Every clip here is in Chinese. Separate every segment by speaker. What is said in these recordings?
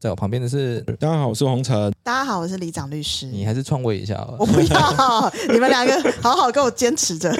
Speaker 1: 在我旁边的是
Speaker 2: 大家好，我是洪晨。
Speaker 3: 大家好，我是李长律师。
Speaker 1: 你还是篡位一下好了
Speaker 3: 我不要， 你们两个好好跟我坚持着。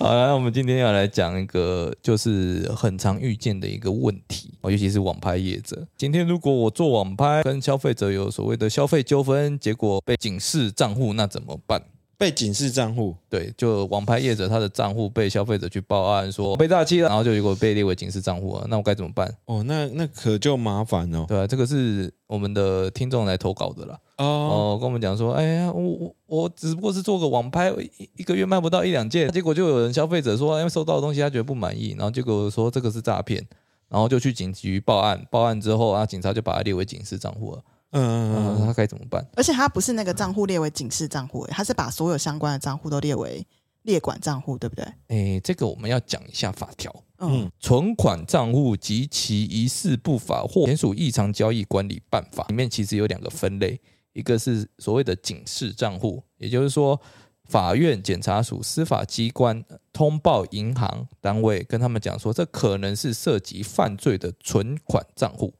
Speaker 1: 好了，那我们今天要来讲一个，就是很常遇见的一个问题哦，尤其是网拍业者。今天如果我做网拍，跟消费者有所谓的消费纠纷，结果被警示账户，那怎么办？
Speaker 2: 被警示账户，
Speaker 1: 对，就网拍业者他的账户被消费者去报案说被诈欺了，然后就结果被列为警示账户了，那我该怎么办？
Speaker 2: 哦，那那可就麻烦哦。
Speaker 1: 对啊，这个是我们的听众来投稿的啦。
Speaker 2: 哦，
Speaker 1: 哦，跟我们讲说，哎呀，我我我只不过是做个网拍，一一个月卖不到一两件，结果就有人消费者说，因为哎收到的东西他觉得不满意，然后结果说这个是诈骗，然后就去警局报案，报案之后啊，警察就把他列为警示账户了，
Speaker 2: 嗯嗯
Speaker 1: 嗯，
Speaker 2: 嗯，
Speaker 1: 他该怎么办？
Speaker 3: 而且他不是那个账户列为警示账户，欸他是把所有相关的账户都列为列管账户，对不对？
Speaker 1: 哎，这个我们要讲一下法条。
Speaker 3: 嗯，
Speaker 1: 存款账户及其疑似不法或联属异常交易管理办法里面其实有两个分类，一个是所谓的警示账户，也就是说，法院、检察署、司法机关呃通报银行单位，跟他们讲说这可能是涉及犯罪的存款账户，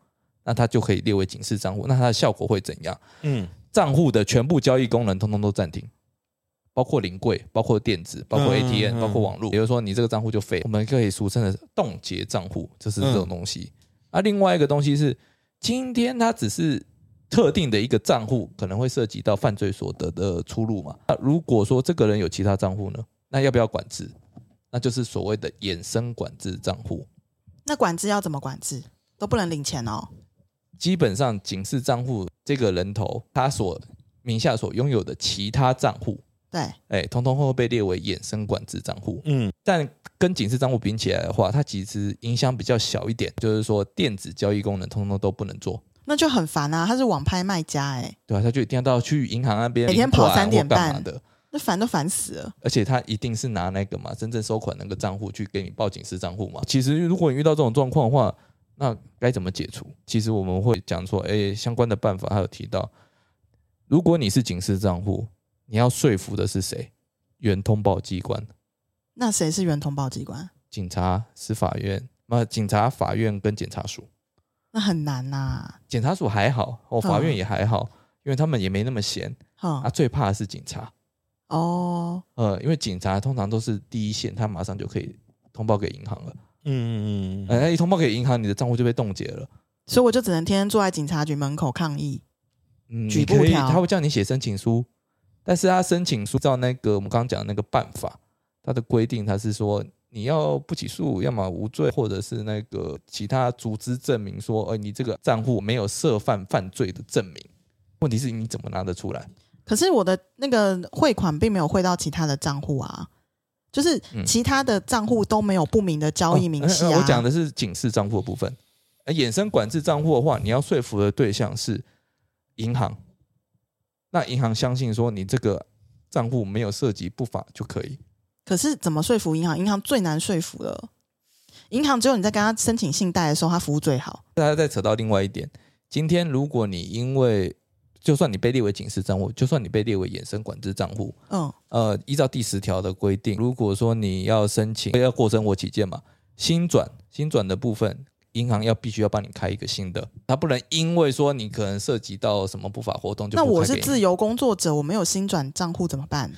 Speaker 1: 那它就可以列为警示账户。那它的效果会怎样？
Speaker 2: 嗯
Speaker 1: 账户的全部交易功能通通都暂停，包括临柜、包括电子、包括
Speaker 2: 嗯
Speaker 1: ATM、
Speaker 2: 嗯
Speaker 1: 包括网络。比如说你这个账户就废，我们可以俗称的冻结账户，就是这种东西。
Speaker 2: 嗯
Speaker 1: 啊，另外一个东西是，今天它只是特定的一个账户，可能会涉及到犯罪所得的出入嘛。那如果说这个人有其他账户呢，那要不要管制？那就是所谓的衍生管制账户。
Speaker 3: 那管制要怎么管制？都不能领钱哦。
Speaker 1: 基本上警示账户这个人头他所名下所拥有的其他账户，
Speaker 3: 对，
Speaker 1: 哎，通通会被列为衍生管制账户。
Speaker 2: 嗯
Speaker 1: 但跟警示账户比起来的话，它其实影响比较小一点，就是说电子交易功能通通都不能做。
Speaker 3: 那就很烦啊。他是网拍卖家、哎，
Speaker 1: 对啊，他就一定要到去银行那边
Speaker 3: 每天跑
Speaker 1: 领款
Speaker 3: 3点
Speaker 1: 或干嘛
Speaker 3: 半
Speaker 1: 的，
Speaker 3: 那烦都烦死了。
Speaker 1: 而且他一定是拿那个嘛真正收款那个账户去给你报警示账户嘛。其实如果你遇到这种状况的话，那该怎么解除？其实我们会讲说，哎，相关的办法还有提到，如果你是警示账户，你要说服的是谁？原通报机关。
Speaker 3: 那谁是原通报机关？
Speaker 1: 警察、司法院，那警察、法院跟检察署，
Speaker 3: 那很难呐、
Speaker 1: 检察署还好，哦，法院也还好，因为他们也没那么闲
Speaker 3: 哼
Speaker 1: 啊。最怕的是警察，
Speaker 3: 哦，
Speaker 1: 呃，因为警察通常都是第一线，他马上就可以通报给银行了，
Speaker 2: 嗯嗯
Speaker 1: 呃，一通报给银行，你的账户就被冻结了。
Speaker 3: 所以我就只能天天坐在警察局门口抗议。
Speaker 1: 嗯，
Speaker 3: 举
Speaker 1: 你可
Speaker 3: 布
Speaker 1: 以，
Speaker 3: 条
Speaker 1: 他会叫你写申请书，但是他申请书照那个我们刚刚讲的那个办法，他的规定他是说你要不起诉，要么无罪，或者是那个其他足资证明说，呃，你这个账户没有涉犯犯罪的证明。问题是你怎么拿得出来？
Speaker 3: 可是我的那个汇款并没有汇到其他的账户啊，就是
Speaker 1: 嗯
Speaker 3: 其他的账户都没有不明的交易明细
Speaker 1: 哦
Speaker 3: 啊。
Speaker 1: 呃呃我讲的是警示账户的部分，呃衍生管制账户的话，你要说服的对象是银行，那银行相信说你这个账户没有涉及不法就可以。
Speaker 3: 可是怎么说服银行？银行最难说服了。银行只有你在跟他申请信贷的时候，他服务最好。
Speaker 1: 大家再扯到另外一点，今天如果你因为就算你被列为警示账户，就算你被列为衍生管制账户，
Speaker 3: 嗯，
Speaker 1: 呃，依照第十条的规定，如果说你要申请要过生活起见嘛，新转新转的部分，银行要必须要帮你开一个新的，它不能因为说你可能涉及到什么不法活动就
Speaker 3: 那
Speaker 1: 不
Speaker 3: 我
Speaker 1: 开给
Speaker 3: 是
Speaker 1: 你
Speaker 3: 自由工作者，我没有新转账户怎么办？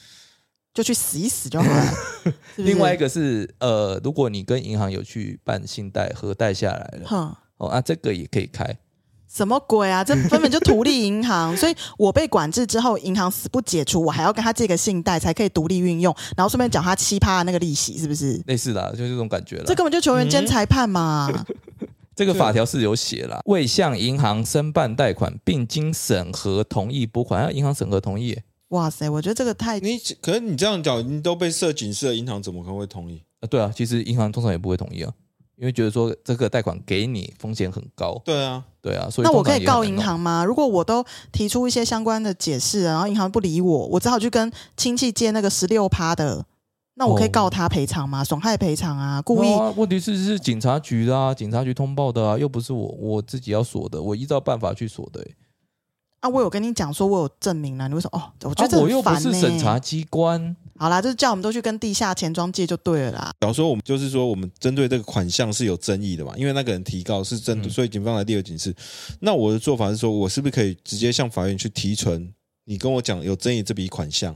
Speaker 3: 就去死一死就好 了。是不是
Speaker 1: 另外一，个是呃，如果你跟银行有去办信贷核贷下来了，
Speaker 3: 哼，
Speaker 1: 哦啊，这个也可以开，
Speaker 3: 什么鬼啊？这根 本就图利银行。所以我被管制之后，银行死不解除，我还要跟他借个信贷才可以独立运用，然后顺便缴他七趴的那个利息，是不是？
Speaker 1: 类似的啊，就是这种感觉了。
Speaker 3: 这根本就球员兼裁判嘛。
Speaker 1: 嗯这个法条是有写啦，未向银行申办贷款，并经审核同意拨款，要啊银行审核同意耶。
Speaker 3: 哇塞，我觉得这个太……
Speaker 2: 你可是你这样讲，你都被设警示了，银行怎么可能会同意？
Speaker 1: 啊，对啊，其实银行通常也不会同意啊。因为觉得说这个贷款给你风险很高，
Speaker 2: 对啊，
Speaker 1: 对啊，所以
Speaker 3: 那我
Speaker 1: 通常
Speaker 3: 可以
Speaker 1: 也很
Speaker 3: 告
Speaker 1: 难
Speaker 3: 银
Speaker 1: 弄，
Speaker 3: 行吗？如果我都提出一些相关的解释，然后银行不理我，我只好去跟亲戚借那个十六趴的，那我可以
Speaker 1: 哦
Speaker 3: 告他赔偿吗？损害赔偿啊，故意
Speaker 1: 没有啊问题是是警察局的啊，警察局通报的啊，又不是我我自己要锁的，我依照办法去锁的、欸。
Speaker 3: 啊！我有跟你讲说我有证明了，你为什么？哦，我觉
Speaker 1: 啊
Speaker 3: 得、这
Speaker 1: 我
Speaker 3: 很
Speaker 1: 又不
Speaker 3: 烦
Speaker 1: 是
Speaker 3: 呢
Speaker 1: 审查机关，
Speaker 3: 好啦，就是叫我们都去跟地下钱庄借就对了啦。
Speaker 2: 假如说我们就是说我们针对这个款项是有争议的嘛，因为那个人提告是针对，
Speaker 1: 嗯
Speaker 2: 所以警方来列有警示。那我的做法是说，我是不是可以直接向法院去提存？你跟我讲有争议这笔款项，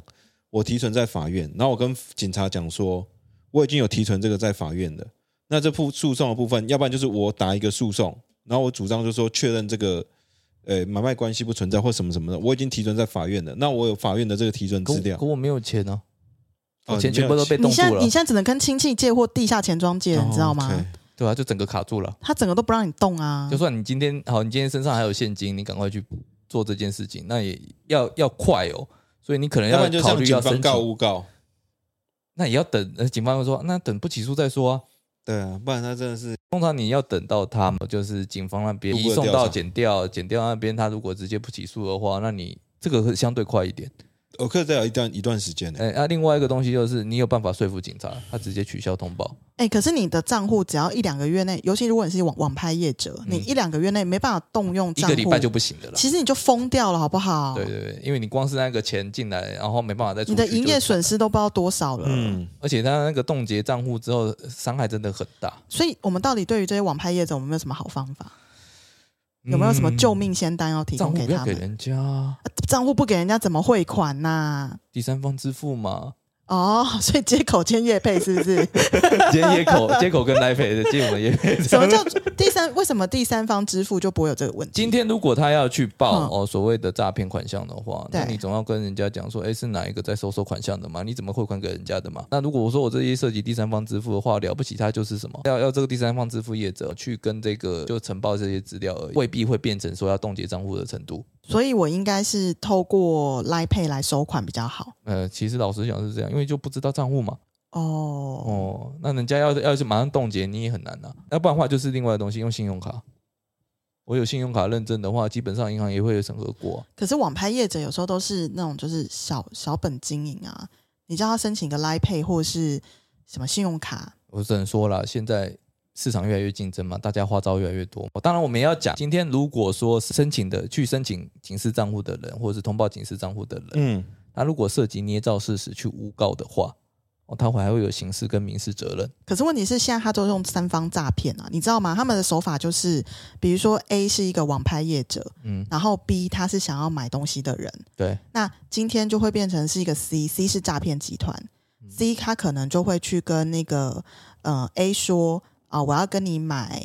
Speaker 2: 我提存在法院，然后我跟警察讲说，我已经有提存这个在法院的。那这部诉讼的部分，要不然就是我打一个诉讼，然后我主张就说确认这个。呃，买卖关系不存在或什么什么的，我已经提存在法院了。那我有法院的这个提存
Speaker 1: 可
Speaker 2: 资
Speaker 1: 我
Speaker 2: 料
Speaker 1: 可，我没有钱啊，
Speaker 2: 哦
Speaker 1: 我钱
Speaker 2: 你没
Speaker 1: 全
Speaker 2: 有
Speaker 1: 部都被
Speaker 2: 钱
Speaker 1: 冻
Speaker 3: 你现
Speaker 1: 住
Speaker 3: 在你
Speaker 1: 了，
Speaker 3: 现在只能跟亲戚借或地下钱庄借，你知道吗？
Speaker 2: 哦，OK
Speaker 1: 对啊，就整个卡住了。
Speaker 3: 他整个都不让你动啊
Speaker 1: 就。算你今天好，你今天身上还有现金，你赶快去做这件事情，那也要要快哦。所以你可能
Speaker 2: 要不然就
Speaker 1: 考
Speaker 2: 向
Speaker 1: 虑
Speaker 2: 警
Speaker 1: 要
Speaker 2: 方
Speaker 1: 申
Speaker 2: 告
Speaker 1: 请，
Speaker 2: 诬告。
Speaker 1: 那也要等。呃警方会说，那等不起诉再说啊。
Speaker 2: 对啊，不然他真的是
Speaker 1: 通常你要等到他们就是警方那边
Speaker 2: 如果
Speaker 1: 移送
Speaker 2: 调
Speaker 1: 到
Speaker 2: 查
Speaker 1: 检调，检调那边他如果直接不起诉的话，那你这个会相对快一点。
Speaker 2: 我克在有一段一段时间呢、
Speaker 1: 哎、那、另外一个东西就是你有办法说服警察，他直接取消通报。
Speaker 3: 哎、可是你的账户只要一两个月内，尤其如果你是网网拍业者，你一两个月内没办法动用
Speaker 1: 嗯一
Speaker 3: 账
Speaker 1: 个
Speaker 3: 户，
Speaker 1: 礼拜就不行的了。
Speaker 3: 其实你就疯掉了，好不好？
Speaker 1: 对对对，因为你光是那个钱进来，然后没办法再出去
Speaker 3: 你的营业损
Speaker 1: 失，
Speaker 3: 失都不知道多少了。
Speaker 2: 嗯，
Speaker 1: 而且他那个冻结账户之后，伤害真的很大。
Speaker 3: 所以我们到底对于这些网拍业者，我们有没有什么好方法？有没有什么
Speaker 1: 嗯
Speaker 3: 救命仙丹要提
Speaker 1: 账
Speaker 3: 供
Speaker 1: 户
Speaker 3: 给
Speaker 1: 不要
Speaker 3: 他
Speaker 1: 给
Speaker 3: 们？
Speaker 1: 人家，
Speaker 3: 啊账户不给人家怎么汇款呐、
Speaker 1: 第三方支付 嘛，
Speaker 3: 哦，所以接口兼业配是不是？
Speaker 1: 接接口接口跟来赔的，接我们也赔。
Speaker 3: 什么叫第三？为什么第三方支付就不会有这个问题？
Speaker 1: 今天如果他要去报、
Speaker 3: 嗯
Speaker 1: 哦所谓的诈骗款项的话，
Speaker 3: 对
Speaker 1: 那你总要跟人家讲说，哎，是哪一个在收受款项的嘛？你怎么汇款给人家的嘛？那如果我说我这些涉及第三方支付的话，了不起他就是什么，要要这个第三方支付业者去跟这个就呈报这些资料而已，未必会变成说要冻结账户的程度。
Speaker 3: 所以我应该是透过 Line Pay 来收款比较好。
Speaker 1: 呃，其实老实讲是这样，因为就不知道账户嘛。
Speaker 3: 哦，
Speaker 1: 哦，那人家要要是马上冻结，你也很难呐、要不然的话就是另外的东西，用信用卡。我有信用卡认证的话，基本上银行也会有审核过啊、
Speaker 3: 可是网拍业者有时候都是那种就是小小本经营啊，你叫他申请个 Line Pay 或是什么信用卡，
Speaker 1: 我只能说了，现在市场越来越竞争嘛，大家花招越来越多。当然，我们也要讲，今天如果说申请的去申请警示账户的人，或者是通报警示账户的人，
Speaker 2: 嗯，
Speaker 1: 他如果涉及捏造事实去诬告的话，哦，他会还会有刑事跟民事责任。
Speaker 3: 可是问题是，现在他都用三方诈骗啊，你知道吗？他们的手法就是，比如说 A 是一个网拍业者，
Speaker 1: 嗯，
Speaker 3: 然后 B 他是想要买东西的人，
Speaker 1: 对，
Speaker 3: 那今天就会变成是一个 C，C 是诈骗集团，C
Speaker 1: 嗯
Speaker 3: 他可能就会去跟那个呃 A 说啊、我要跟你买，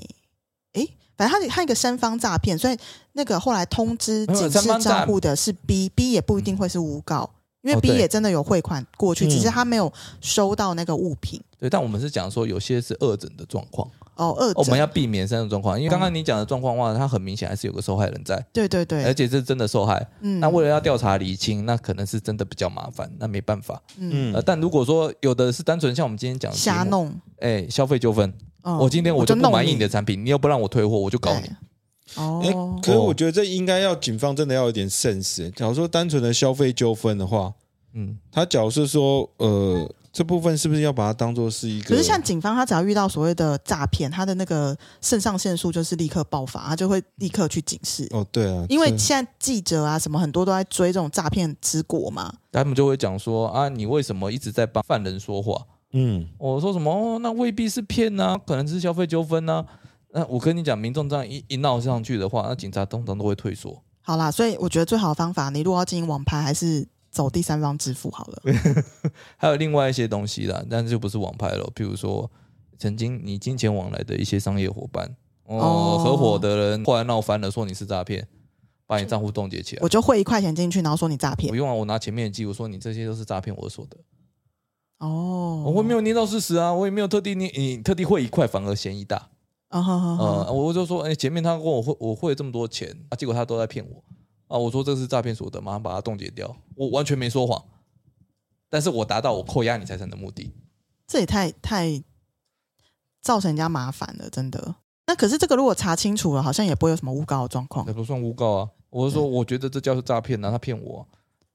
Speaker 3: 诶，反正他他一个三方诈骗，所以那个后来通知
Speaker 1: 没有
Speaker 3: 警
Speaker 1: 三
Speaker 3: 示
Speaker 1: 方诈
Speaker 3: 账户的是 B，B 也不一定会是诬告。因为
Speaker 1: 哦
Speaker 3: B
Speaker 1: 对
Speaker 3: 也真的有汇款过去，
Speaker 2: 嗯
Speaker 3: 只是他没有收到那个物品
Speaker 1: 对，但我们是讲说有些是恶整的状况。
Speaker 3: 哦。二
Speaker 1: 我
Speaker 3: 者
Speaker 1: 们要避免三种状况，
Speaker 3: 哦
Speaker 1: 因为刚刚你讲的状况的话，它很明显还是有个受害人在，
Speaker 3: 对对
Speaker 1: 而
Speaker 3: 对，
Speaker 1: 且这是真的受害。
Speaker 3: 嗯，
Speaker 1: 哎那为了要调查厘清，那可能是真的比较麻烦，那没办法。
Speaker 3: 嗯
Speaker 1: 呃，但如果说有的是单纯像我们今天讲的题目
Speaker 3: 瞎，弄，
Speaker 1: 哎，消费纠纷，
Speaker 3: 嗯
Speaker 1: 我今天我就不
Speaker 3: 弄
Speaker 1: 满意你的产品，你又不让我退货，我就搞你
Speaker 3: 对。
Speaker 2: 哎、
Speaker 3: 哦，
Speaker 2: 可是我觉得这应该要警方真的要有点 sense、假如说单纯的消费纠纷的话，
Speaker 1: 嗯，
Speaker 2: 他假如是说呃这部分是不是要把它当做是一个？
Speaker 3: 可是像警方，他只要遇到所谓的诈骗，他的那个肾上腺素就是立刻爆发，他就会立刻去警示。
Speaker 2: 哦对啊，
Speaker 3: 因为
Speaker 2: 这
Speaker 3: 现在记者啊什么很多都在追这种诈骗之果嘛，
Speaker 1: 他们就会讲说啊，你为什么一直在帮犯人说话？
Speaker 2: 嗯
Speaker 1: 我说什么？哦、那未必是骗呐、可能是消费纠纷呐。那我跟你讲，民众这样一一闹上去的话，那警察通常都会退缩。
Speaker 3: 好啦，所以我觉得最好的方法，你如果要经营网拍，还是走第三方支付好了。
Speaker 1: 还有另外一些东西啦，但是就不是网拍了。譬如说，曾经你金钱往来的一些商业伙伴，哦，
Speaker 3: 哦
Speaker 1: 合伙的人后来闹翻了，说你是诈骗，把你账户冻结起来
Speaker 3: 我。就汇一块钱进去，然后说你诈骗
Speaker 1: 我。用完啊我拿前面的记录说你这些都是诈骗我所得，
Speaker 3: 哦，
Speaker 1: 我没
Speaker 3: 有，
Speaker 1: 有捏造事实啊，我也没有特地捏，你特地汇一块反而嫌疑大。
Speaker 3: 啊哈哈哈
Speaker 1: 呃，我就说，哎、前面他跟我汇我汇这么多钱啊，结果他都在骗我啊，我说这是诈骗所得，马上把它冻结掉，我完全没说谎，但是我达到我扣押你财产的目的。
Speaker 3: 这也太太造成人家麻烦了，真的。那可是这个如果查清楚了，好像也不会有什么诬告的状况
Speaker 1: 那。不算诬告啊。我是说，我觉得这叫是诈骗啊，他骗我啊、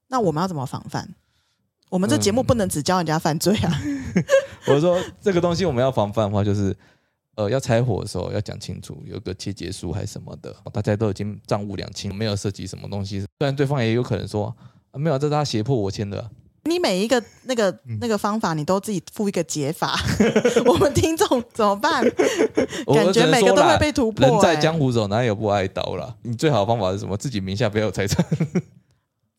Speaker 3: 那我们要怎么防范？我们这节目
Speaker 1: 嗯
Speaker 3: 不能只教人家犯罪啊！
Speaker 1: 我是说这个东西我们要防范的话，就是呃，要拆伙的时候要讲清楚，有个切结书还是什么的，大家都已经账务两清，没有涉及什么东西。虽然对方也有可能说、啊、没有，这是他胁迫我签的啊，
Speaker 3: 你每一个那个
Speaker 1: 嗯
Speaker 3: 那个方法，你都自己附一个解法， 我们听众怎么办？
Speaker 1: 我
Speaker 3: 感
Speaker 1: 我只
Speaker 3: 觉
Speaker 1: 能
Speaker 3: 每个
Speaker 1: 说
Speaker 3: 都
Speaker 1: 啦
Speaker 3: 会被突破、
Speaker 1: 人在
Speaker 3: 哎
Speaker 1: 江湖走，哪有不挨刀啦？你最好的方法是什么？自己名下不要有财产。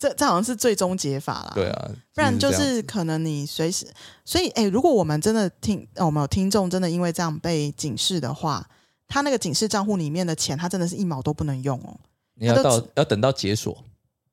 Speaker 3: 这这好像是最终解法啦。
Speaker 1: 对啊，
Speaker 3: 不然就
Speaker 1: 这样
Speaker 3: 是可能你随时，所以哎、诶如果我们真的听，呃我们有听众真的因为这样被警示的话，他那个警示账户里面的钱，他真的是一毛都不能用哦。
Speaker 1: 你要
Speaker 3: 他都
Speaker 1: 到要等到解锁。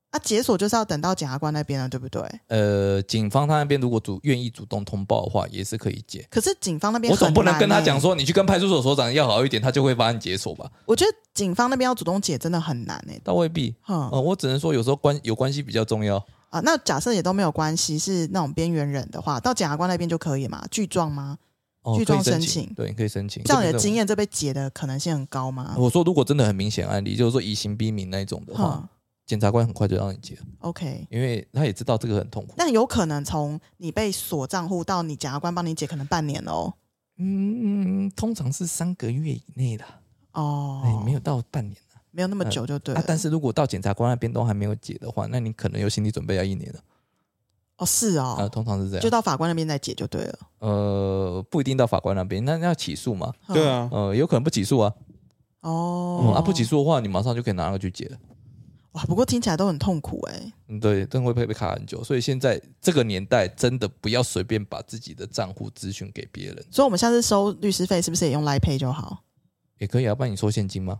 Speaker 3: 啊，解锁就是要等到检察官那边啊了，对不对？
Speaker 1: 呃，警方他那边如果主愿意主动通报的话，也是可以解。
Speaker 3: 可是警方那边、
Speaker 1: 我总不能
Speaker 3: 欸
Speaker 1: 跟他讲，说你去跟派出所所长要好一点，他就会帮你解锁吧？
Speaker 3: 我觉得警方那边要主动解真的很难哎、
Speaker 1: 但未必。
Speaker 3: 哼、
Speaker 1: 呃，我只能说有时候关有关系比较重要。
Speaker 3: 啊，那假设也都没有关系，是那种边缘人的话，到检察官那边就可以嘛？具状吗？
Speaker 1: 哦，
Speaker 3: 具
Speaker 1: 可以
Speaker 3: 状申
Speaker 1: 请，
Speaker 3: 请
Speaker 1: 对，可以申请。
Speaker 3: 照你的
Speaker 1: 这
Speaker 3: 经
Speaker 1: 种。
Speaker 3: 验，这被解的可能性很高吗？
Speaker 1: 我说，如果真的很明显案例，就是说以刑逼民那一种的话，
Speaker 3: 哼
Speaker 1: 检察官很快就让你解了，
Speaker 3: ，OK。
Speaker 1: 因为他也知道这个很痛苦。
Speaker 3: 但有可能从你被锁账户到你检察官帮你解，可能半年哦。
Speaker 1: 嗯，通常是三个月以内的，
Speaker 3: 哦，
Speaker 1: 哎，没有到半年。
Speaker 3: 没有那么久就对了。
Speaker 1: 啊，但是如果到检察官那边都还没有解的话，那你可能有心理准备要一年了。
Speaker 3: 哦是哦，
Speaker 1: 啊，通常是这
Speaker 3: 就
Speaker 1: 样。
Speaker 3: 到法官那边再解就对了。
Speaker 1: 呃，不一定到法官那边，那那要起诉嘛？
Speaker 3: 哼
Speaker 2: 对，啊，
Speaker 1: 呃，有可能不起诉啊。
Speaker 3: 哦、
Speaker 1: 嗯啊，不起诉的话，你马上就可以拿那个去解了。
Speaker 3: 哇，不过听起来都很痛苦哎、
Speaker 1: 嗯，对，真的会被被卡很久。所以现在这个年代，真的不要随便把自己的账户资讯给别人，
Speaker 3: 所以我们下次收律师费是不是也用来 pay 就好？
Speaker 1: 也可以啊。不然你收现金吗？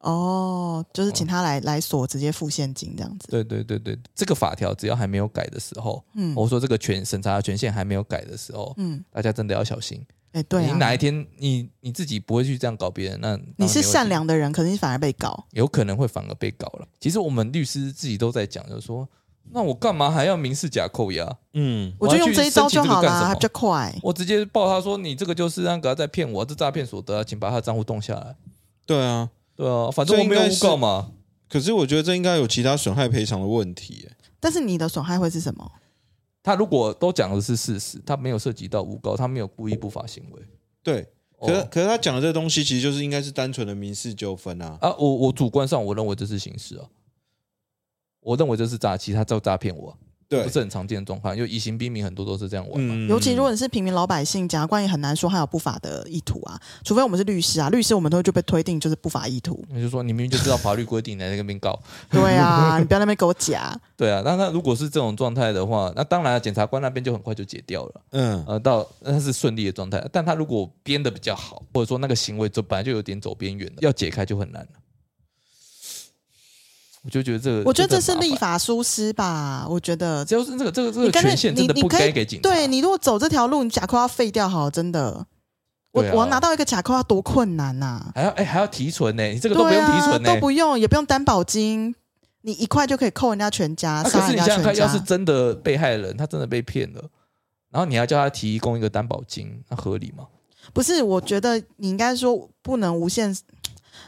Speaker 3: 哦，就是请他来来锁，直接付现金这样子。
Speaker 1: 对对对对，这个法条只要还没有改的时候，
Speaker 3: 嗯
Speaker 1: 我说这个权审查权限还没有改的时候，
Speaker 3: 嗯，
Speaker 1: 大家真的要小心。
Speaker 3: 哎、对
Speaker 1: 你哪
Speaker 3: 啊
Speaker 1: 一，天你你自己不会去这样搞别人，那当然
Speaker 3: 你
Speaker 1: 没
Speaker 3: 是
Speaker 1: 问题
Speaker 3: 善良的人，可是你反而被告。
Speaker 1: 有可能会反而被告了。其实我们律师自己都在讲，就是说，那我干嘛还要民事假扣押？
Speaker 2: 嗯，
Speaker 3: 我就用这一招就好
Speaker 1: 我要去申请这个干什
Speaker 3: 啦，
Speaker 1: 么
Speaker 3: 他比较快。
Speaker 1: 我直接报他说，你这个就是那个在骗我，这诈骗所得啊，请把他的账户冻下来。
Speaker 2: 对啊。
Speaker 1: 对啊，反正我没有诬告嘛。
Speaker 2: 可是我觉得这应该有其他损害赔偿的问题耶，
Speaker 3: 但是你的损害会是什么？
Speaker 1: 他如果都讲的是事实，他没有涉及到诬告，他没有故意不法行为。
Speaker 2: 对。可是、
Speaker 1: 哦、
Speaker 2: 可是他讲的这东西，其实就是应该是单纯的民事纠纷啊。
Speaker 1: 啊，我我主观上我认为这是刑事啊，我认为这是诈欺，他叫诈骗我啊、
Speaker 2: 对
Speaker 1: 这，是很常见的状况，因为以刑逼民很多都是这样玩嘛。
Speaker 2: 嗯
Speaker 3: 尤其如果你是平民老百姓，检察官也很难说他有不法的意图啊，除非我们是律师啊，律师我们都就被推定就是不法意图。
Speaker 1: 那就说你明明就知道法律规定，你来那边告，
Speaker 3: 对啊，你不要在那边给我假。
Speaker 1: 对啊。那那如果是这种状态的话，那当然啊了检察官那边就很快就解掉了，
Speaker 2: 嗯，
Speaker 1: 呃，到那是顺利的状态。但他如果编的比较好，或者说那个行为就本来就有点走边缘了，要解开就很难了。我就觉得这个，
Speaker 3: 我觉得这
Speaker 1: 真
Speaker 3: 是
Speaker 1: 的很麻
Speaker 3: 立
Speaker 1: 烦
Speaker 3: 法疏失吧，我觉得。
Speaker 1: 就是这个这个这
Speaker 3: 你
Speaker 1: 个
Speaker 3: 干脆
Speaker 1: 权限真的
Speaker 3: 你
Speaker 1: 不
Speaker 3: 你可以
Speaker 1: 该给警察。
Speaker 3: 对你如果走这条路，你假扣要废掉好，真的。我、
Speaker 1: 对啊
Speaker 3: 我要拿到一个假扣要多困难呐、
Speaker 1: 还要哎还要提存呢，你这个都不
Speaker 3: 对
Speaker 1: 用提
Speaker 3: 啊，
Speaker 1: 存呢欸
Speaker 3: 都。不用，也不用担保金，你一块就可以扣人家全家，
Speaker 1: 那
Speaker 3: 杀、
Speaker 1: 啊可是
Speaker 3: 人
Speaker 1: 你
Speaker 3: 家
Speaker 1: 想想
Speaker 3: 全
Speaker 1: 看，要
Speaker 3: 家
Speaker 1: 是。真的被害人他真的被骗了，然后你还叫他提供一个担保金，那合理吗？
Speaker 3: 不是，我觉得你应该说不能无限。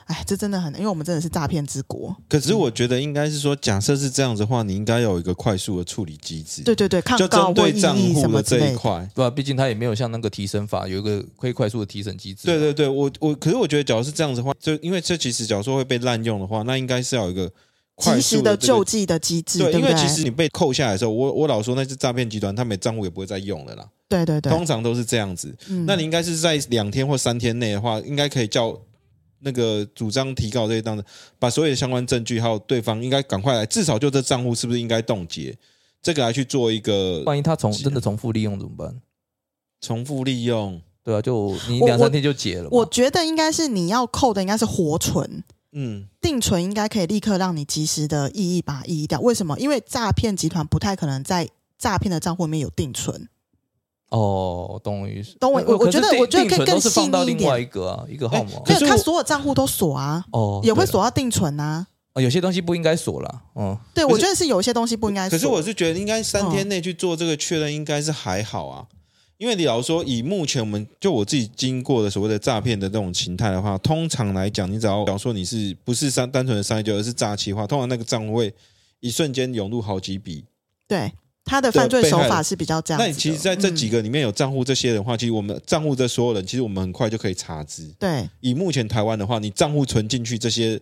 Speaker 3: 哎，这真的很，因为我们真的是诈骗之国。
Speaker 2: 可是我觉得应该是说，假设是这样子的话，你应该有一个快速的处理机制，
Speaker 3: 对对对，抗
Speaker 2: 就
Speaker 3: 告
Speaker 2: 针
Speaker 3: 或
Speaker 2: 对
Speaker 3: 异
Speaker 2: 账
Speaker 3: 议什
Speaker 2: 户的
Speaker 3: 么之
Speaker 2: 这
Speaker 3: 类
Speaker 2: 一
Speaker 3: 的。
Speaker 2: 块。
Speaker 1: 对啊，毕竟他也没有像那个提审法有一个可以快速的提审机制。
Speaker 2: 对，对对，我我可是我觉得，假如是这样子的话，就因为这其实假如说会被滥用的话，那应该是要有一个快
Speaker 3: 及时
Speaker 2: 速
Speaker 3: 的
Speaker 2: 这个
Speaker 3: 救济的机制，
Speaker 2: 对，
Speaker 3: 对
Speaker 2: 因
Speaker 3: 不
Speaker 2: 为
Speaker 3: 对？
Speaker 2: 其实你被扣下来的时候，我我老说那是诈骗集团，他们账户也不会再用了啦。
Speaker 3: 对对对，
Speaker 2: 通常都是这样子。
Speaker 3: 嗯
Speaker 2: 那你应该是在两天或三天内的话，应该可以叫那个主张提告这些当事，把所有的相关证据还有对方应该赶快来，至少就这账户是不是应该冻结，这个来去做一个
Speaker 1: 万一他重真的重复利用怎么办？
Speaker 2: 重复利用。
Speaker 1: 对啊，就你
Speaker 3: 我
Speaker 1: 两
Speaker 3: 我
Speaker 1: 三天就解了嘛。
Speaker 3: 我觉得应该是你要扣的应该是活存，
Speaker 2: 嗯，
Speaker 3: 定存应该可以立刻让你及时的异议把它异议掉。为什么？因为诈骗集团不太可能在诈骗的账户里面有定存。
Speaker 1: 哦，懂我意思。
Speaker 3: 懂我
Speaker 1: 可
Speaker 3: 我我觉
Speaker 1: 可
Speaker 3: 得
Speaker 1: 是定
Speaker 3: 我觉得可
Speaker 1: 定存
Speaker 3: 以
Speaker 1: 都是
Speaker 3: 更细腻
Speaker 1: 放到
Speaker 3: 一
Speaker 1: 另
Speaker 3: 点
Speaker 1: 外一个啊，一个号码啊。
Speaker 2: 可
Speaker 3: 对
Speaker 2: 是，
Speaker 3: 他
Speaker 2: 我
Speaker 3: 所有账户都锁啊，
Speaker 1: 哦，
Speaker 3: 也会
Speaker 1: 对了
Speaker 3: 锁到定存啊。
Speaker 1: 哦，有些东西不应该锁啦。嗯，
Speaker 3: 对，
Speaker 2: 可是
Speaker 3: 我觉得是有一些东西不应该
Speaker 2: 可
Speaker 3: 锁。
Speaker 2: 是我是觉得应该三天内去做这个确认，应该是还好啊。因为你老实说，以目前我们就我自己经过的所谓的诈骗的这种形态的话，通常来讲，你只要讲说你是不是商单纯的商业纠纷，而是诈欺的话，通常那个账户会一瞬间涌入好几笔。
Speaker 3: 对，他的犯罪手
Speaker 2: 被害
Speaker 3: 法
Speaker 2: 人
Speaker 3: 是比较这样
Speaker 2: 那
Speaker 3: 子的。
Speaker 2: 你其实在这几
Speaker 3: 嗯
Speaker 2: 个里面有账户这些的话，其实我们账户这所有人，其实我们很快就可以查知。
Speaker 3: 对
Speaker 2: 以目前台湾的话，你账户存进去这些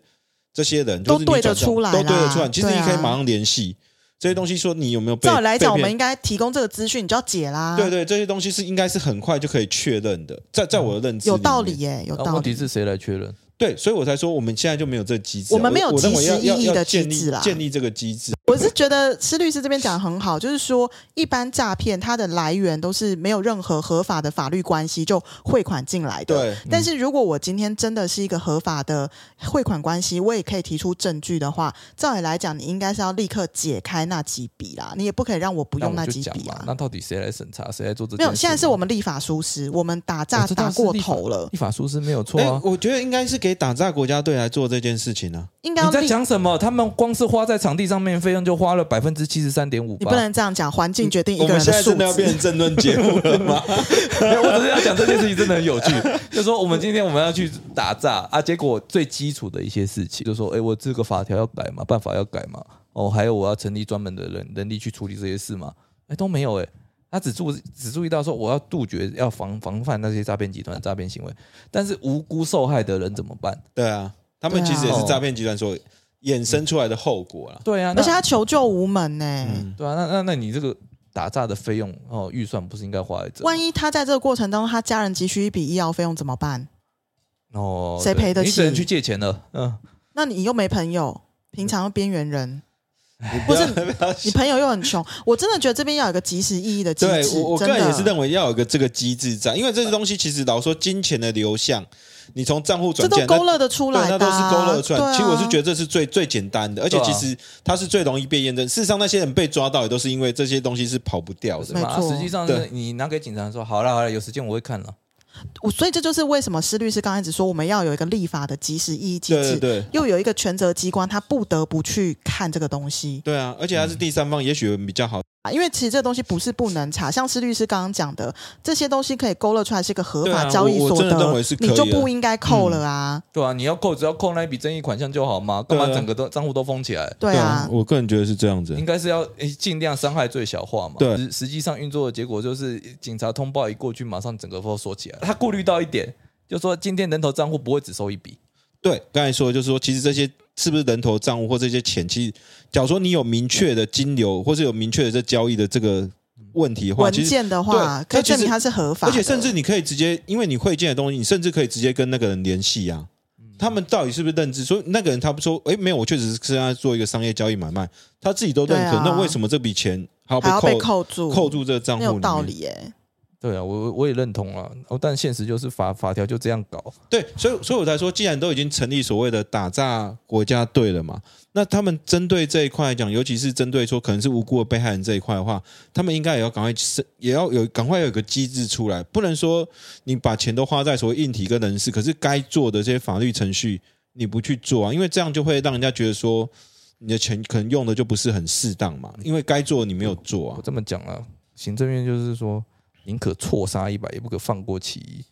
Speaker 2: 这些人，
Speaker 3: 都
Speaker 2: 就是你
Speaker 3: 对
Speaker 2: 转
Speaker 3: 得
Speaker 2: 账
Speaker 3: 出来啦
Speaker 2: 都对得出来。其实
Speaker 3: 对
Speaker 2: 你
Speaker 3: 啊
Speaker 2: 可以马上联系这些东西，说你有没有被
Speaker 3: 照理来讲，
Speaker 2: 被
Speaker 3: 我
Speaker 2: 骗
Speaker 3: 们应该提供这个资讯，你就要解啦。
Speaker 2: 对，对，这些东西是应该是很快就可以确认的，在在我的认知
Speaker 3: 哦有
Speaker 2: 里
Speaker 3: 道
Speaker 2: 面
Speaker 3: 理耶，有
Speaker 1: 那
Speaker 3: 道
Speaker 1: 呃问题
Speaker 3: 理。
Speaker 1: 是谁来确认？
Speaker 2: 对，所以我才说我们现在就没有这个机制啊、
Speaker 3: 我们没有
Speaker 2: 我认为
Speaker 3: 及时
Speaker 2: 要要
Speaker 3: 意义
Speaker 2: 要
Speaker 3: 的
Speaker 2: 建立
Speaker 3: 机制啦
Speaker 2: 建立这个机制。
Speaker 3: 我是觉得施律师这边讲得很好，就是说一般诈骗它的来源都是没有任何合法的法律关系就汇款进来的。
Speaker 2: 对，
Speaker 1: 嗯
Speaker 3: 但是如果我今天真的是一个合法的汇款关系，我也可以提出证据的话，照理来讲，你应该是要立刻解开那几笔啦，你也不可以让我不
Speaker 1: 那
Speaker 3: 用
Speaker 1: 我就
Speaker 3: 几
Speaker 1: 讲
Speaker 3: 笔
Speaker 1: 嘛
Speaker 3: 啊，。
Speaker 1: 那到底谁来审查？谁来做这件
Speaker 3: 没
Speaker 1: 事嘛？
Speaker 3: 有，现在是我们立法疏失，我们
Speaker 2: 哦
Speaker 3: 打
Speaker 1: 我
Speaker 3: 诈
Speaker 1: 知道
Speaker 3: 打
Speaker 1: 是
Speaker 3: 过
Speaker 1: 立法
Speaker 3: 头了，
Speaker 1: 立法书是没有错
Speaker 2: 哎、
Speaker 1: 啊。
Speaker 2: 我觉得应该是给打炸国家队来做这件事情啊。
Speaker 3: 应哎该要
Speaker 1: 你在
Speaker 3: 立。
Speaker 1: 讲什么？他们光是花在场地上面费用就花了百分之七十三点五
Speaker 3: 你
Speaker 1: 八
Speaker 3: 不。能这样讲，环境决定一
Speaker 2: 我
Speaker 3: 个
Speaker 2: 们
Speaker 3: 人
Speaker 2: 现在
Speaker 3: 素
Speaker 2: 真的要变
Speaker 3: 质。
Speaker 2: 成政论节目了吗？
Speaker 1: 没有我只是要讲这件事情真的很有趣，就说我们今天我们要去打诈啊，结果最基础的一些事情，就说哎、诶我这个法条要改嘛，办法要改嘛，哦，还有我要成立专门的人人力去处理这些事嘛，哎、都没有哎、诶他只注只注意到说我要杜绝要防防范那些诈骗集团的诈骗行为，但是无辜受害的人怎么办？
Speaker 2: 对啊，他们其实也
Speaker 1: 对
Speaker 2: 是
Speaker 1: 啊
Speaker 2: 诈骗集团所衍生出来的后果啦。
Speaker 1: 对啊，那
Speaker 3: 而且他求救无门呢、
Speaker 2: 嗯
Speaker 1: 对啊，那那那你这个打诈的费用哦预算不是应该花在这吗？
Speaker 3: 万一他在这个过程当中，他家人急需一笔医药费用怎么办？
Speaker 1: 哦，
Speaker 3: 谁
Speaker 1: 对
Speaker 3: 赔得
Speaker 1: 你只能
Speaker 3: 起
Speaker 1: 去借钱了，嗯。
Speaker 3: 那你又没朋友，平常又边缘人，
Speaker 2: 嗯你
Speaker 3: 不是
Speaker 2: 要 不要
Speaker 3: 你朋友又很穷，我真的觉得这边要有一个及时意义的机
Speaker 2: 对
Speaker 3: 制。
Speaker 2: 我，我个人
Speaker 3: 真的
Speaker 2: 也是认为要有一个这个机制在，因为这些东西其实老实说金钱的流向，你从账户
Speaker 3: 这
Speaker 2: 转
Speaker 3: 都
Speaker 2: 进来，
Speaker 3: 勾勒得出
Speaker 2: 对，
Speaker 3: 来
Speaker 2: 那都
Speaker 3: 的
Speaker 2: 是
Speaker 3: 啊、
Speaker 2: 勾勒出来。
Speaker 3: 对啊
Speaker 2: 其实我是觉得这是最最简单的，而且
Speaker 1: 对啊
Speaker 2: 其实它是最容易被验证。事实上，那些人被抓到也都是因为这些东西是跑不掉
Speaker 1: 是
Speaker 2: 的。
Speaker 3: 没
Speaker 1: 嘛？
Speaker 3: 错
Speaker 1: 啊实际上
Speaker 2: 对
Speaker 1: 是你拿给警察说，好了好了，有时间我会看了。
Speaker 3: 我所以这就是为什么施律师刚开始说我们要有一个立法的及时意义机
Speaker 2: 对
Speaker 3: 制，
Speaker 2: 对对
Speaker 3: 又有一个权责机关，他不得不去看这个东西。
Speaker 2: 对啊！而且它是第三方，也许比较好。
Speaker 3: 啊，因为其实这东西不是不能查，像施律师刚刚讲的，这些东西可以勾勒出来是一个合
Speaker 2: 对
Speaker 3: 法
Speaker 2: 啊
Speaker 3: 交易
Speaker 2: 我我
Speaker 3: 所
Speaker 2: 真的认为是可以
Speaker 3: 你
Speaker 2: 的嗯
Speaker 3: 就不应该扣了啊。
Speaker 1: 对啊，你要扣只要扣那一笔争议款项就好嘛，干嘛
Speaker 2: 对啊
Speaker 1: 整个都账户都封起来？
Speaker 3: 对啊，
Speaker 2: 我个人觉得是这样子
Speaker 1: 应该是要诶尽量伤害最小化嘛。
Speaker 2: 对
Speaker 1: 实实际上运作的结果就是警察通报一过去，马上整个都锁起来了。他顾虑到一点，就说今天人头账户不会只收一笔，
Speaker 2: 对，刚才说的就是说，其实这些是不是人头账户或这些钱，其实假如说你有明确的金流，或是有明确的这交易的这个问题的话，
Speaker 3: 文
Speaker 2: 其实
Speaker 3: 件的话
Speaker 2: 对
Speaker 3: 可以
Speaker 2: 那其实
Speaker 3: 证明它是合法的，
Speaker 2: 而且甚至你可以直接，因为你会见的东西，你甚至可以直接跟那个人联系啊。他们到底是不是认知？所以那个人他不说，诶，没有，我确实是跟他做一个商业交易买卖，他自己都认可，
Speaker 3: 对啊
Speaker 2: 那为什么这笔钱还要被
Speaker 3: 还要被
Speaker 2: 扣
Speaker 3: 扣住，
Speaker 2: 扣住这个账户
Speaker 3: 没
Speaker 2: 里面？
Speaker 3: 有道理耶、
Speaker 1: 对啊，我我我也认同啊。哦，但现实就是法法条就这样搞，
Speaker 2: 对，所以所以我才说，既然都已经成立所谓的打炸国家队了嘛，那他们针对这一块来讲，尤其是针对说可能是无辜的被害人这一块的话，他们应该也要赶快是也要有赶快有个机制出来，不能说你把钱都花在所谓硬体跟人事，可是该做的这些法律程序你不去做啊，因为这样就会让人家觉得说你的钱可能用的就不是很适当嘛，因为该做的你没有做啊
Speaker 3: 嗯
Speaker 1: 我。这么讲啊，行政院就是说宁可错杀一百，也不可放过其一。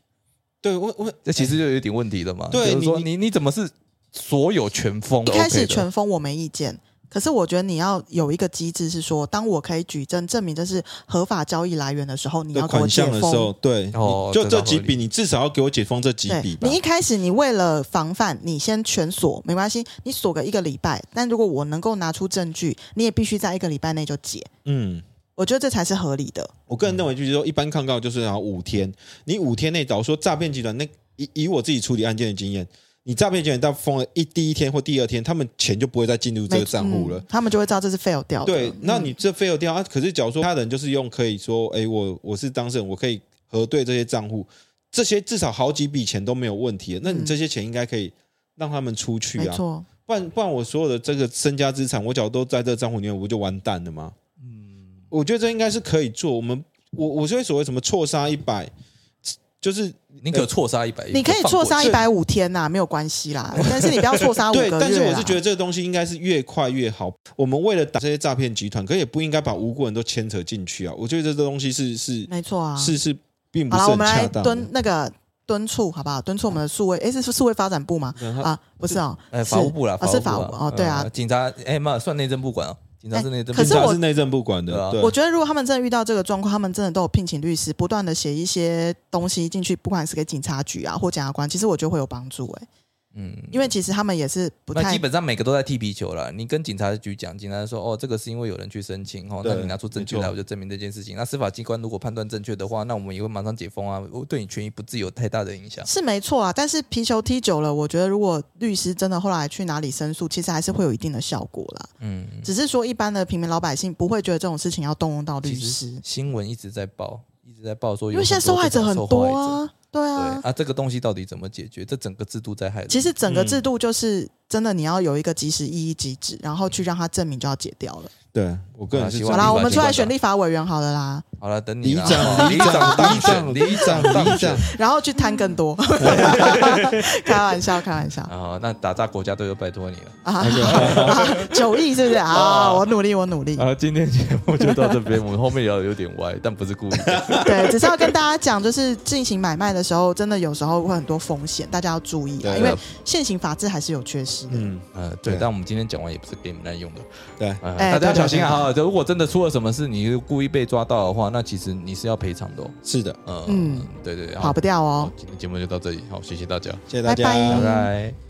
Speaker 2: 对，我我
Speaker 1: 这其
Speaker 3: 哎
Speaker 1: 实就有一点问题的嘛。
Speaker 2: 对
Speaker 1: 就是说
Speaker 2: 你
Speaker 1: 你你怎么是所有全封
Speaker 3: 一
Speaker 1: ？OK 的？
Speaker 3: 开始全封我没意见。可是我觉得你要有一个机制，是说，当我可以举证证明这是合法交易来源的时候，你
Speaker 2: 的
Speaker 3: 要给我
Speaker 2: 款
Speaker 3: 解
Speaker 2: 项的时
Speaker 3: 封。
Speaker 2: 候，对，
Speaker 1: 哦
Speaker 2: 你就
Speaker 1: 这倒
Speaker 2: 这
Speaker 1: 合
Speaker 2: 几
Speaker 1: 理
Speaker 2: 笔，你至少要给我解封这几
Speaker 3: 对
Speaker 2: 笔吧
Speaker 3: 你。一开始你为了防范，你先全锁没关系，你锁个一个礼拜。但如果我能够拿出证据，你也必须在一个礼拜内就解。
Speaker 2: 嗯。
Speaker 3: 我觉得这才是合理的。
Speaker 2: 我个人认为，就是说，一般抗告就是然后五天，你五天内，假如说诈骗集团那以以我自己处理案件的经验，你诈骗集团到封了一第一天或第二天，他们钱就不会再进入这
Speaker 3: 没
Speaker 2: 个账户了
Speaker 3: 嗯。他们就会知道这是 fail 掉的。
Speaker 2: 对，那
Speaker 3: 嗯
Speaker 2: 你这废了掉啊？可是假如说他人就是用可以说，哎，我我是当事人，我可以核对这些账户，这些至少好几笔钱都没有问题了，那你这些钱应该可以让他们出去
Speaker 3: 没
Speaker 2: 啊，
Speaker 3: 错，
Speaker 2: 不然不然我所有的这个身家资产，我假如都在这个账户里面，我不就完蛋了吗？嗯，我觉得这应该是可以做。我们我我所以所谓什么错杀一百，就是
Speaker 1: 宁可错杀一百亿，
Speaker 3: 你可以错杀
Speaker 1: 一
Speaker 3: 一百五天呐、没有关 系啦，但是你不要错杀啊五个
Speaker 2: 对，
Speaker 3: 月啦。
Speaker 2: 但是我是觉得这个东西应该是越快越好。我们为了打这些诈骗集团，可也不应该把无辜人都牵扯进去啊。我觉得这东西是是
Speaker 3: 没错啊。
Speaker 2: 是是，并不是
Speaker 3: 好了，我
Speaker 2: 很
Speaker 3: 们来
Speaker 2: 恰当的
Speaker 3: 敦。那个敦促好不好？敦促我们的数位，哎，是是数位发展部吗？
Speaker 2: 然后呃
Speaker 3: 啊，不是哦，
Speaker 1: 哎，
Speaker 3: 是
Speaker 1: 法务部啦，
Speaker 3: 啊是
Speaker 1: 法
Speaker 3: 法
Speaker 1: 务
Speaker 3: 务
Speaker 1: 部啦
Speaker 3: 哦，对啊哎
Speaker 1: 呃，警察哎妈，算内政部管哦，警察是内政部
Speaker 3: 可
Speaker 1: 管，
Speaker 3: 是
Speaker 2: 警察
Speaker 3: 我
Speaker 2: 是内政部管
Speaker 1: 对
Speaker 2: 的，
Speaker 1: 啊
Speaker 2: 对
Speaker 3: 我觉得如果他们真的遇到这个状况，他们真的都有聘请律师，不断的写一些东西进去，不管是给警察局啊或检察官，其实我觉得会有帮助哎、
Speaker 1: 嗯，
Speaker 3: 因为其实他们也是不
Speaker 1: 那
Speaker 3: 太
Speaker 1: 基本上每个都在踢皮球了。你跟警察局讲，警察说哦，这个是因为有人去申请哦，
Speaker 2: 对
Speaker 1: 那你拿出证据
Speaker 2: 没错
Speaker 1: 来，我就证明这件事情。那司法机关如果判断正确的话，那我们也会马上解封啊，我对你权益不自由太大的影响。
Speaker 3: 是没错啊。但是皮球踢久了，我觉得如果律师真的后来去哪里申诉，其实还是会有一定的效果啦。
Speaker 1: 嗯，
Speaker 3: 只是说一般的平民老百姓不会觉得这种事情要动用到律
Speaker 1: 其
Speaker 3: 师，
Speaker 1: 新闻一直在报，一直在报说有很多
Speaker 3: 因为现在受害者
Speaker 1: 这
Speaker 3: 很
Speaker 1: 种受
Speaker 3: 多
Speaker 1: 害者。
Speaker 3: 啊，对
Speaker 1: 对
Speaker 3: 啊。
Speaker 1: 啊，这个东西到底怎么解决？这整个制度在害人。
Speaker 3: 其实整
Speaker 1: 嗯
Speaker 3: 个制度就是真的，你要有一个及时意义机制，然后去
Speaker 1: 嗯
Speaker 3: 让它证明就要解掉了。
Speaker 2: 对，我个人是
Speaker 1: 希
Speaker 2: 这
Speaker 1: 望
Speaker 3: 好
Speaker 1: 立
Speaker 2: 样
Speaker 1: 法
Speaker 3: 啦，我们
Speaker 1: 机
Speaker 3: 出来
Speaker 1: 关
Speaker 3: 选
Speaker 1: 吧
Speaker 3: 立法委员好了啦，
Speaker 1: 好了，等你
Speaker 2: 里
Speaker 1: 啦哦
Speaker 2: 长、里长、
Speaker 1: 当
Speaker 2: 里
Speaker 1: 选，
Speaker 2: 长、
Speaker 1: 里
Speaker 2: 里长、里长，
Speaker 3: 然后去谈更多。开玩笑，开玩笑
Speaker 1: 啊，那打炸国家队就拜托你了。
Speaker 3: 啊！九亿是不是啊？我努力，我 努力。
Speaker 1: 啊，今天节目就到这边，我们后面聊的有点歪，但不是故意的。
Speaker 3: 对，只是要跟大家讲，就是进行买卖的时候，真的有时候会很多风险，大家要注意啊，
Speaker 2: 对
Speaker 3: 因为现行法制还是有缺失的。
Speaker 2: 嗯，
Speaker 1: 呃，对，
Speaker 2: 对
Speaker 1: 但我们今天讲完也不是给你们滥用的，
Speaker 2: 对
Speaker 1: 呃
Speaker 3: 哎
Speaker 1: 大家
Speaker 3: 对
Speaker 1: 小心啊！哈如果真的出了什么事，你故意被抓到的话，那其实你是要赔偿的哦。
Speaker 2: 是的，
Speaker 1: 呃，
Speaker 3: 嗯
Speaker 1: 对对，对
Speaker 3: 跑不掉哦
Speaker 1: 好。今天节目就到这里，好，谢谢大家，
Speaker 2: 谢谢大家，
Speaker 3: 拜拜
Speaker 1: 拜拜。